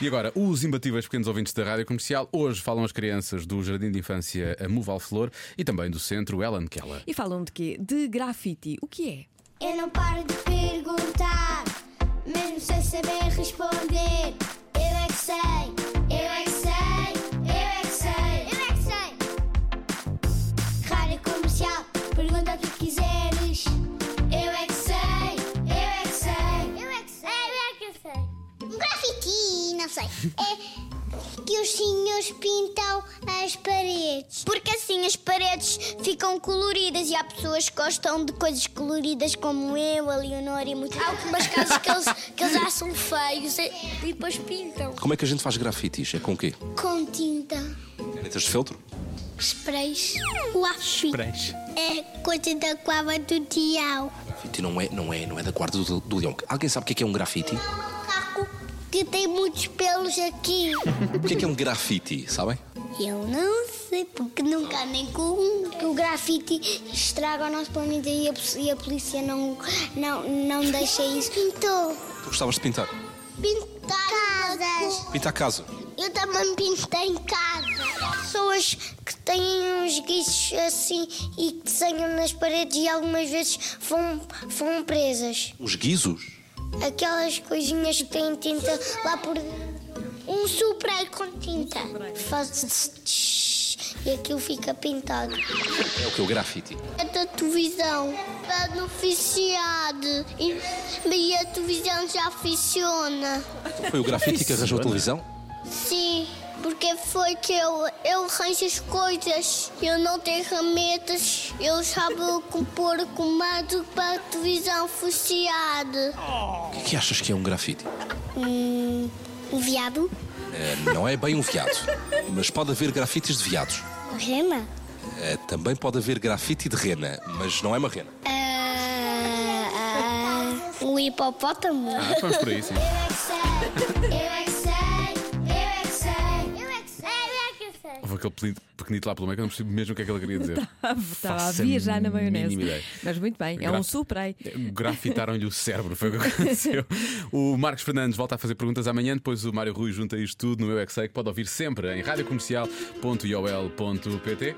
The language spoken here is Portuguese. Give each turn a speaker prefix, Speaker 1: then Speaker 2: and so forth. Speaker 1: E agora, os imbatíveis pequenos ouvintes da Rádio Comercial. Hoje falam as crianças do Jardim de Infância Amuval Flor e também do Centro Ellen Keller.
Speaker 2: E falam de quê? De grafite. O que é?
Speaker 3: Eu não paro de perguntar, mesmo sem saber responder. Eu é que sei, eu é que sei, eu é que sei, eu é que sei. Rádio comercial, pergunta o que quiseres. Eu é que sei, eu é que sei, eu é que sei, eu é que sei. Um grafiti, não sei. É que os senhores pintam as paredes. Porque assim as paredes ficam coloridas e há pessoas que gostam de coisas coloridas como eu, a Leonor e muito. Há algumas casas que eles, que eles acham feios e, e depois pintam.
Speaker 4: Como é que a gente faz grafitis? É com o quê?
Speaker 3: Com tinta.
Speaker 4: Canetas de feltro?
Speaker 3: Sprays. O É coisa da quava do diabo.
Speaker 4: Grafite não é, não é, não é da guarda do, do leão. Alguém sabe o que é que é um grafite?
Speaker 3: É um macaco que tem muitos pelos aqui.
Speaker 4: O que é que é um grafite, sabem?
Speaker 3: Eu não sei, porque nunca nem com O grafite estraga o nosso planeta e a, poli- e a polícia não, não, não deixa isso. Pintou.
Speaker 4: Tu gostavas de pintar?
Speaker 3: Pintar casas.
Speaker 4: Pintar casa.
Speaker 3: Eu também pintei em casa. Pessoas que têm uns guichos assim e que desenham nas paredes e algumas vezes vão, vão presas.
Speaker 4: Os guizos?
Speaker 3: Aquelas coisinhas que têm tinta lá por Um spray com tinta. Faz-se tsh, e aquilo fica pintado.
Speaker 4: É o que? O grafite.
Speaker 3: A televisão para não viciar e, e a televisão já funciona.
Speaker 4: Então foi o grafite que arranjou a televisão?
Speaker 3: Sim, porque foi que eu, eu arranjo as coisas. Eu não tenho ferramentas. Eu sabia compor o comando para a televisão fuciada.
Speaker 4: O que é que achas que é um grafite?
Speaker 3: O viado?
Speaker 4: Eh, não é bem um viado, mas pode haver grafites de viados.
Speaker 3: O rema?
Speaker 4: Eh, também pode haver grafite de rena, mas não é uma rena.
Speaker 3: Ah, o hipopótamo?
Speaker 1: Ah, vamos por aí, sim.
Speaker 3: Eu é que sei, eu é que sei, eu é que sei, eu é que sei, eu é que sei, eu é que sei.
Speaker 1: Houve aquele pedido pequenito lá pelo meio que eu não percebo mesmo o que é que ele queria dizer.
Speaker 2: Estava a
Speaker 1: Faço a
Speaker 2: viajar na maionese.
Speaker 1: mínima ideia.
Speaker 2: Mas muito bem, é
Speaker 1: Gra-
Speaker 2: um spray.
Speaker 1: Grafitaram-lhe o cérebro, foi o que aconteceu. o Marcos Fernandes volta a fazer perguntas amanhã, depois o Mário Rui junta isto tudo no Eu é que Sei, que pode ouvir sempre em radiocomercial.iol.pt.